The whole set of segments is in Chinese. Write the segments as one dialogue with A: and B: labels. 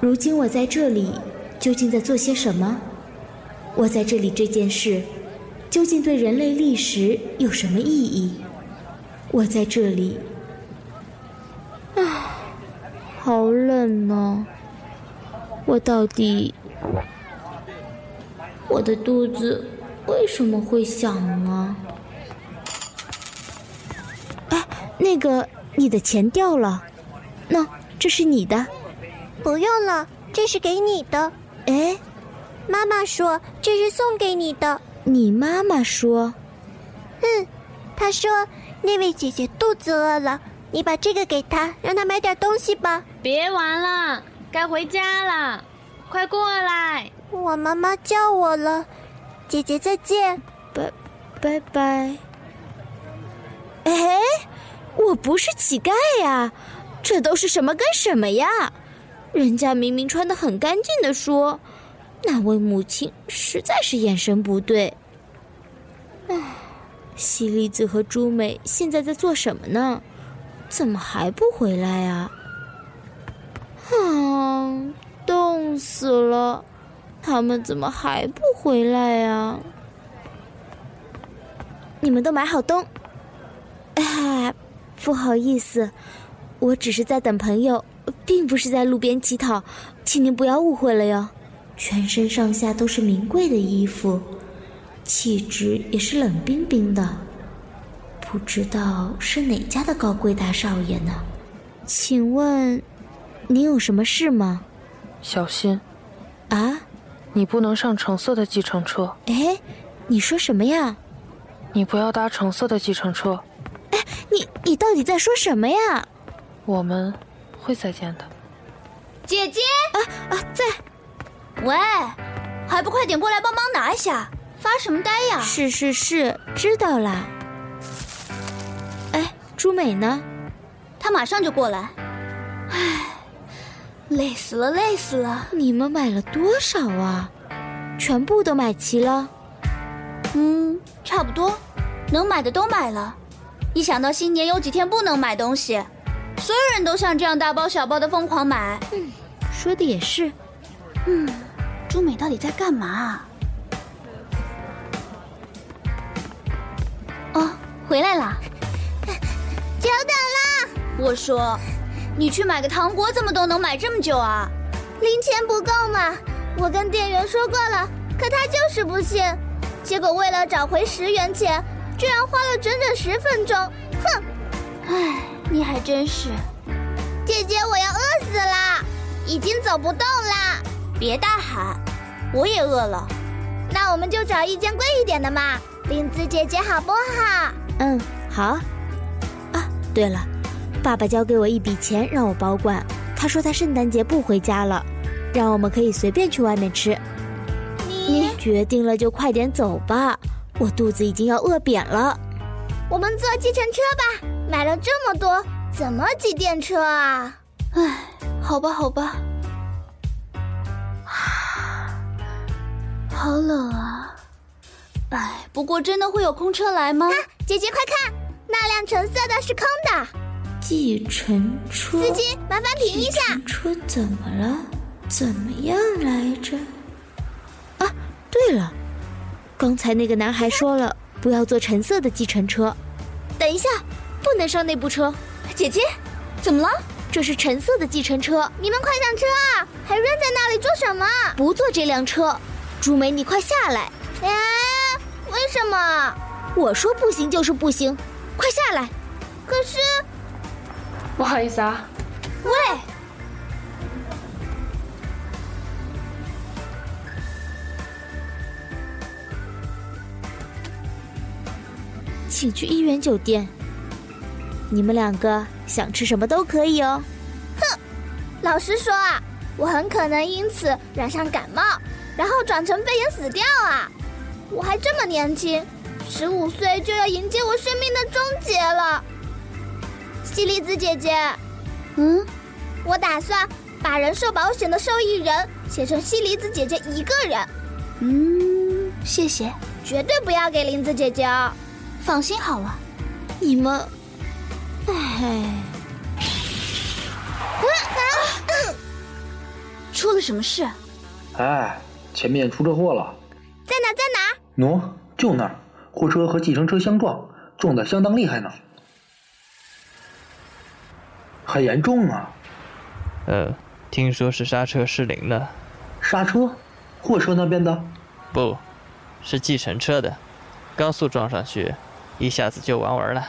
A: 如今我在这里，究竟在做些什么？我在这里这件事，究竟对人类历史有什么意义？我在这里，
B: 唉，好冷
A: 哦
B: 呢、我到底，我的肚子为什么会响呢？
A: 哎那个你的钱掉了，那、这是你的。
C: 不用了，这是给你的。
A: 哎，
C: 妈妈说这是送给你的。
A: 你妈妈说，
C: 嗯，她说那位姐姐肚子饿了，你把这个给她，让她买点东西吧。
D: 别玩了，该回家了，快过来！
C: 我妈妈叫我了，姐姐再见。
B: 拜，拜拜。
A: 哎，我不是乞丐呀，这都是什么跟什么呀？人家明明穿得很干净的说，那位母亲实在是眼神不对。唉，西粒子和朱美现在在做什么呢？怎么还不回来啊？
B: 啊，冻死了！他们怎么还不回来呀、
A: 你们都买好东。哎，不好意思，我只是在等朋友，并不是在路边乞讨，请您不要误会了哟。全身上下都是名贵的衣服，气质也是冷冰冰的，不知道是哪家的高贵大少爷呢？请问，您有什么事吗？
E: 小心，
A: 啊，
E: 你不能上橙色的计程车，
A: 哎，你说什么呀？
E: 你不要搭橙色的计程车，
A: 你你到底在说什么呀？
E: 我们会再见的。
D: 姐姐，
A: 啊，在
C: 喂，还不快点过来帮忙拿一下！
D: 发什么呆呀？
A: 是是是，知道啦。哎，朱美呢？
C: 她马上就过来。唉，累死了，累死了。
A: 你们买了多少啊？全部都买齐了？
C: 嗯，差不多，能买的都买了。一想到新年有几天不能买东西，所有人都像这样大包小包的疯狂买。
A: 说的也是。
C: 朱美到底在干嘛？哦，回来啦！久等啦！我说，你去买个糖果怎么都能买这么久啊？零钱不够嘛，我跟店员说过了，可他就是不信。结果为了找回十元钱，居然花了整整十分钟。哼！唉，你还真是。姐姐，我要饿死啦，已经走不动啦。别大喊，我也饿了。那我们就找一间贵一点的嘛，林子姐姐好不好？
A: 嗯，好。啊，对了，爸爸交给我一笔钱让我保管，他说他圣诞节不回家了，让我们可以随便去外面吃。你决定了就快点走吧，我肚子已经要饿扁了。
C: 我们坐计程车吧，买了这么多，怎么挤电车啊？唉，好吧，好吧。 好冷啊！唉，不过真的会有空车来吗？啊姐姐快看，那辆橙色的是空的。
B: 计程车，
C: 司机，麻烦停一下。
B: 车怎么了？怎么样来着？
A: 啊对了，刚才那个男孩说了不要坐橙色的计程车。等一下，不能上那部车，
C: 姐姐，怎么了？
A: 这是橙色的计程车，
C: 你们快上车啊！还扔在那里做什么？
A: 不坐这辆车。朱梅，你快下来！
C: 哎，为什么？
A: 我说不行就是不行，快下来！
C: 可是，
F: 不好意思啊，
C: 喂，
A: 请去一元酒店。你们两个想吃什么都可以哦。
C: 老实说啊，我很可能因此染上感冒，然后转成肺炎死掉啊！我还这么年轻，十五岁就要迎接我生命的终结了。西丽子姐姐，嗯，我打算把人寿保险的受益人写成西梨子姐姐一个人。嗯，谢谢，绝对不要给林子姐姐哦。放心好了。
A: 你们，哎，
C: 什么事？
G: 哎，前面出车祸了。
C: 在哪？在哪？
G: 喏，就那儿，货车和计程车相撞，撞得相当厉害呢，很严重啊！
H: 呃，听说是刹车失灵了，
G: 刹车，货车那边的，
H: 不，是计程车的，高速撞上去，一下子就完玩了。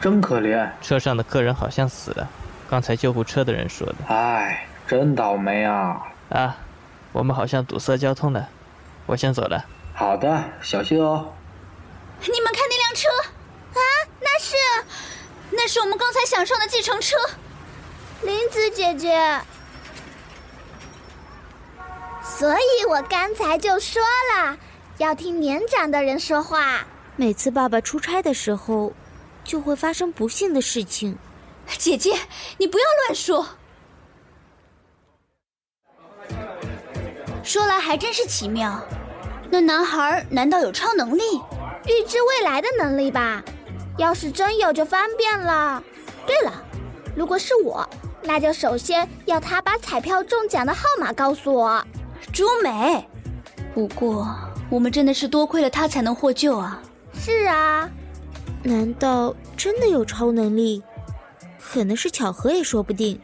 G: 真可怜。
H: 车上的客人好像死了，刚才救护车的人说的。
G: 哎，真倒霉啊！
H: 啊，我们好像堵塞交通了，我先走了。
G: 好的，小心哦。
C: 你们看那辆车啊，那是，那是我们刚才想上的计程车。林子姐姐，所以我刚才就说了，要听年长的人说话。
A: 每次爸爸出差的时候，就会发生不幸的事情。
C: 姐姐，你不要乱说。说来还真是奇妙，那男孩难道有超能力？预知未来的能力吧？要是真有就方便了。对了，如果是我，那就首先要他把彩票中奖的号码告诉我。朱美，不过我们真的是多亏了他才能获救啊。是啊，
A: 难道真的有超能力？可能是巧合也说不定，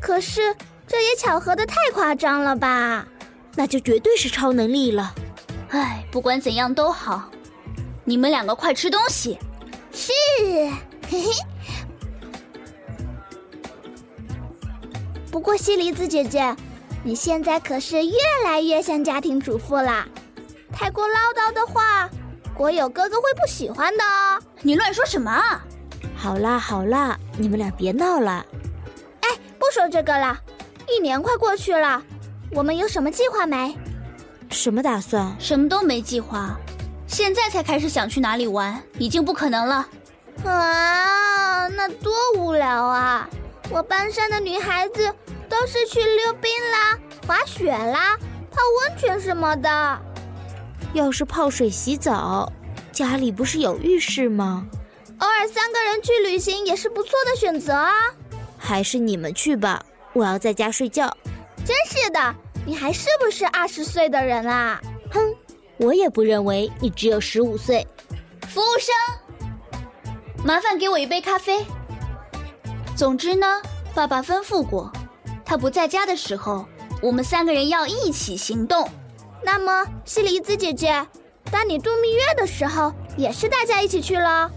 C: 可是这也巧合的太夸张了吧？
A: 那就绝对是超能力了。
C: 唉，不管怎样都好，你们两个快吃东西。是， 嘿嘿。不过西梨子姐姐，你现在可是越来越像家庭主妇啦。太过唠叨的话，国有哥哥会不喜欢的哦。你乱说什么啊？
A: 好啦好啦，你们俩别闹了。
C: 哎，不说这个了，一年快过去了，我们有什么计划没？
A: 什么打算？
C: 什么都没计划，现在才开始想去哪里玩，已经不可能了。啊，那多无聊啊！我班上的女孩子都是去溜冰啦、滑雪啦、泡温泉什么的。
A: 要是泡水洗澡，家里不是有浴室吗？
C: 偶尔三个人去旅行也是不错的选择啊！
A: 还是你们去吧，我要在家睡觉。
C: 真是的，你还是不是二十岁的人啊？
A: 哼，我也不认为你只有十五岁。
C: 服务生，麻烦给我一杯咖啡。总之呢，爸爸吩咐过，他不在家的时候，我们三个人要一起行动。那么，西梨子姐姐，当你度蜜月的时候，也是大家一起去喽？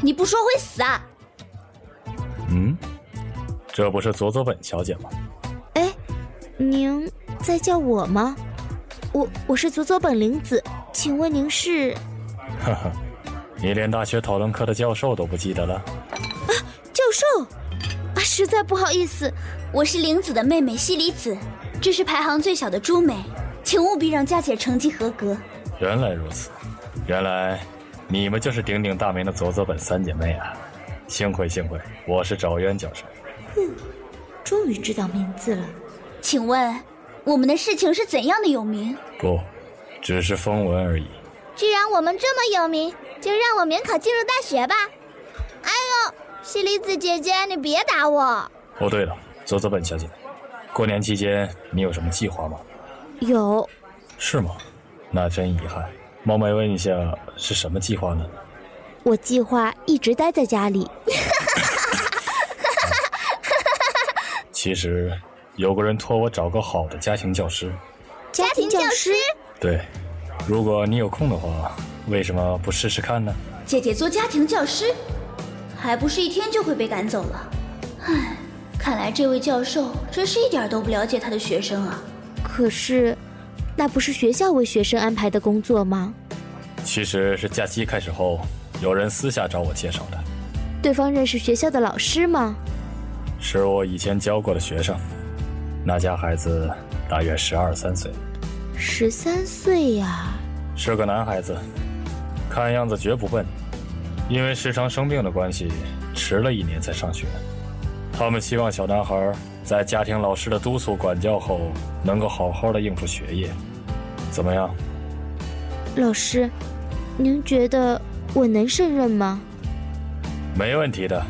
C: 你不说会死啊！
I: 嗯，这不是佐佐本小姐吗？
A: 哎，您在叫我吗？我我是佐佐本玲子，请问您是？
I: 哈哈，你连大学讨论课的教授都不记得了？
A: 教授，
C: 啊，实在不好意思，我是玲子的妹妹西里子，这是排行最小的朱美，请务必让佳姐成绩合格。
I: 原来如此，原来你们就是鼎鼎大名的佐佐本三姐妹啊！幸会幸会，我是找渊教授。
A: 终于知道名字了。
C: 请问，我们的事情是怎样的有名？
I: 不，只是风闻而已。
C: 既然我们这么有名，就让我免考进入大学吧。哎呦，西里子姐姐，你别打我！
I: 哦，对了，佐佐本小姐，过年期间你有什么计划吗？
A: 有，
I: 是吗？那真遗憾。冒昧问一下，是什么计划呢？
A: 我计划一直待在家里。
I: 其实，有个人托我找个好的家庭教师。
A: 家庭教师，
I: 对，如果你有空的话，为什么不试试看呢？
C: 姐姐做家庭教师，还不是一天就会被赶走了。唉，看来这位教授真是一点儿都不了解他的学生啊。
A: 可是，那不是学校为学生安排的工作吗？
I: 其实是假期开始后，有人私下找我介绍的，
A: 对方认识学校的老师吗？
I: 是我以前教过的学生。那家孩子大约十二三岁，
A: 十三岁呀、
I: 是个男孩子，看样子绝不笨。因为时常生病的关系，迟了一年才上学。他们希望小男孩在家庭老师的督促管教后，能够好好的应付学业。怎么样？
A: 老师，您觉得我能胜任吗？
I: 没问题的，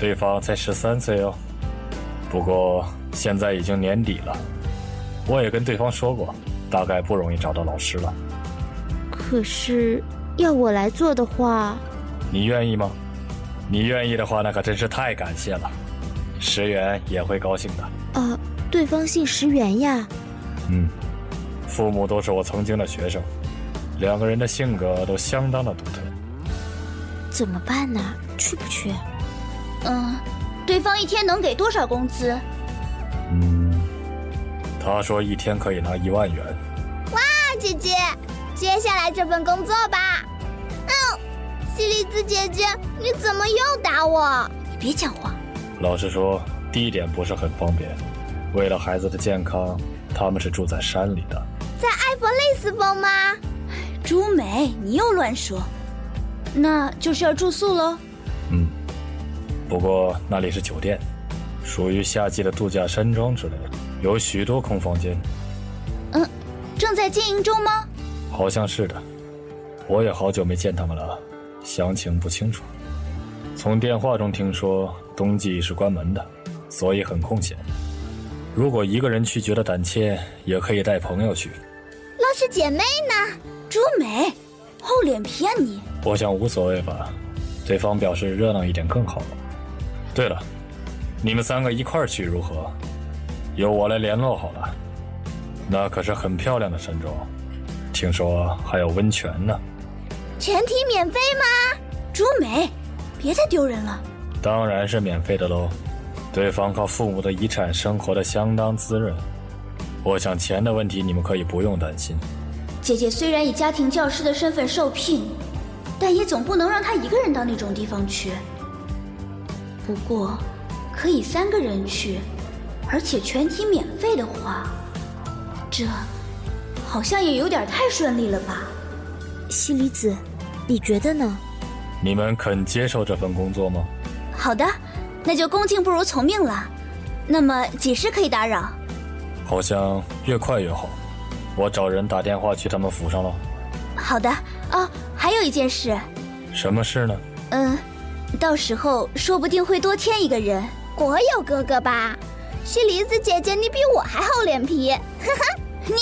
I: 对方才十三岁哦。不过现在已经年底了，我也跟对方说过，大概不容易找到老师了。
A: 可是要我来做的话，
I: 你愿意吗？你愿意的话，那可真是太感谢了，石原也会高兴的。
A: 呃，对方姓石原呀，
I: 嗯，父母都是我曾经的学生，两个人的性格都相当的独特。
A: 怎么办呢？去不去？
C: 嗯，对方一天能给多少工资？
I: 嗯，他说一天可以拿一万元。
C: 大姐姐，接下来这份工作吧。嗯，西里子姐姐，你怎么又打我？你别讲话。
I: 老实说，地点不是很方便，为了孩子的健康，他们是住在山里的。
C: 在艾弗累斯峰吗？朱美，你又乱说。那就是要住宿喽。
I: 嗯，不过那里是酒店，属于夏季的度假山庄之类的，有许多空房间，
C: 嗯，正在经营中吗？
I: 好像是的。我也好久没见他们了，详情不清楚。从电话中听说冬季是关门的，所以很空闲。如果一个人去觉得胆怯，也可以带朋友去。
C: 老师姐妹呢？朱美，厚脸皮啊你！
I: 我想无所谓吧，对方表示热闹一点更好。对了，你们三个一块儿去如何？由我来联络好了。那可是很漂亮的山庄，听说还有温泉呢。
C: 全体免费吗？朱美，别再丢人了。
I: 当然是免费的喽。对方靠父母的遗产生活的相当滋润，我想钱的问题你们可以不用担心。
C: 姐姐虽然以家庭教师的身份受聘，但也总不能让她一个人到那种地方去。不过，可以三个人去，而且全体免费的话，这好像也有点太顺利了吧？
A: 西离子，你觉得呢？
I: 你们肯接受这份工作吗？
C: 好的，那就恭敬不如从命了。那么几时可以打扰？
I: 好像越快越好。我找人打电话去他们府上了。
C: 好的哦，还有一件事，
I: 什么事呢？
C: 嗯，到时候说不定会多添一个人。
J: 我有哥哥吧？是梨子姐姐，你比我还厚脸皮，呵呵，
C: 你。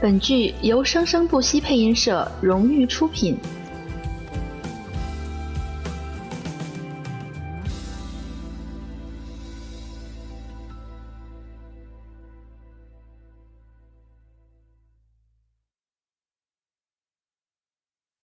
K: 本剧由生生不息配音社荣誉出品，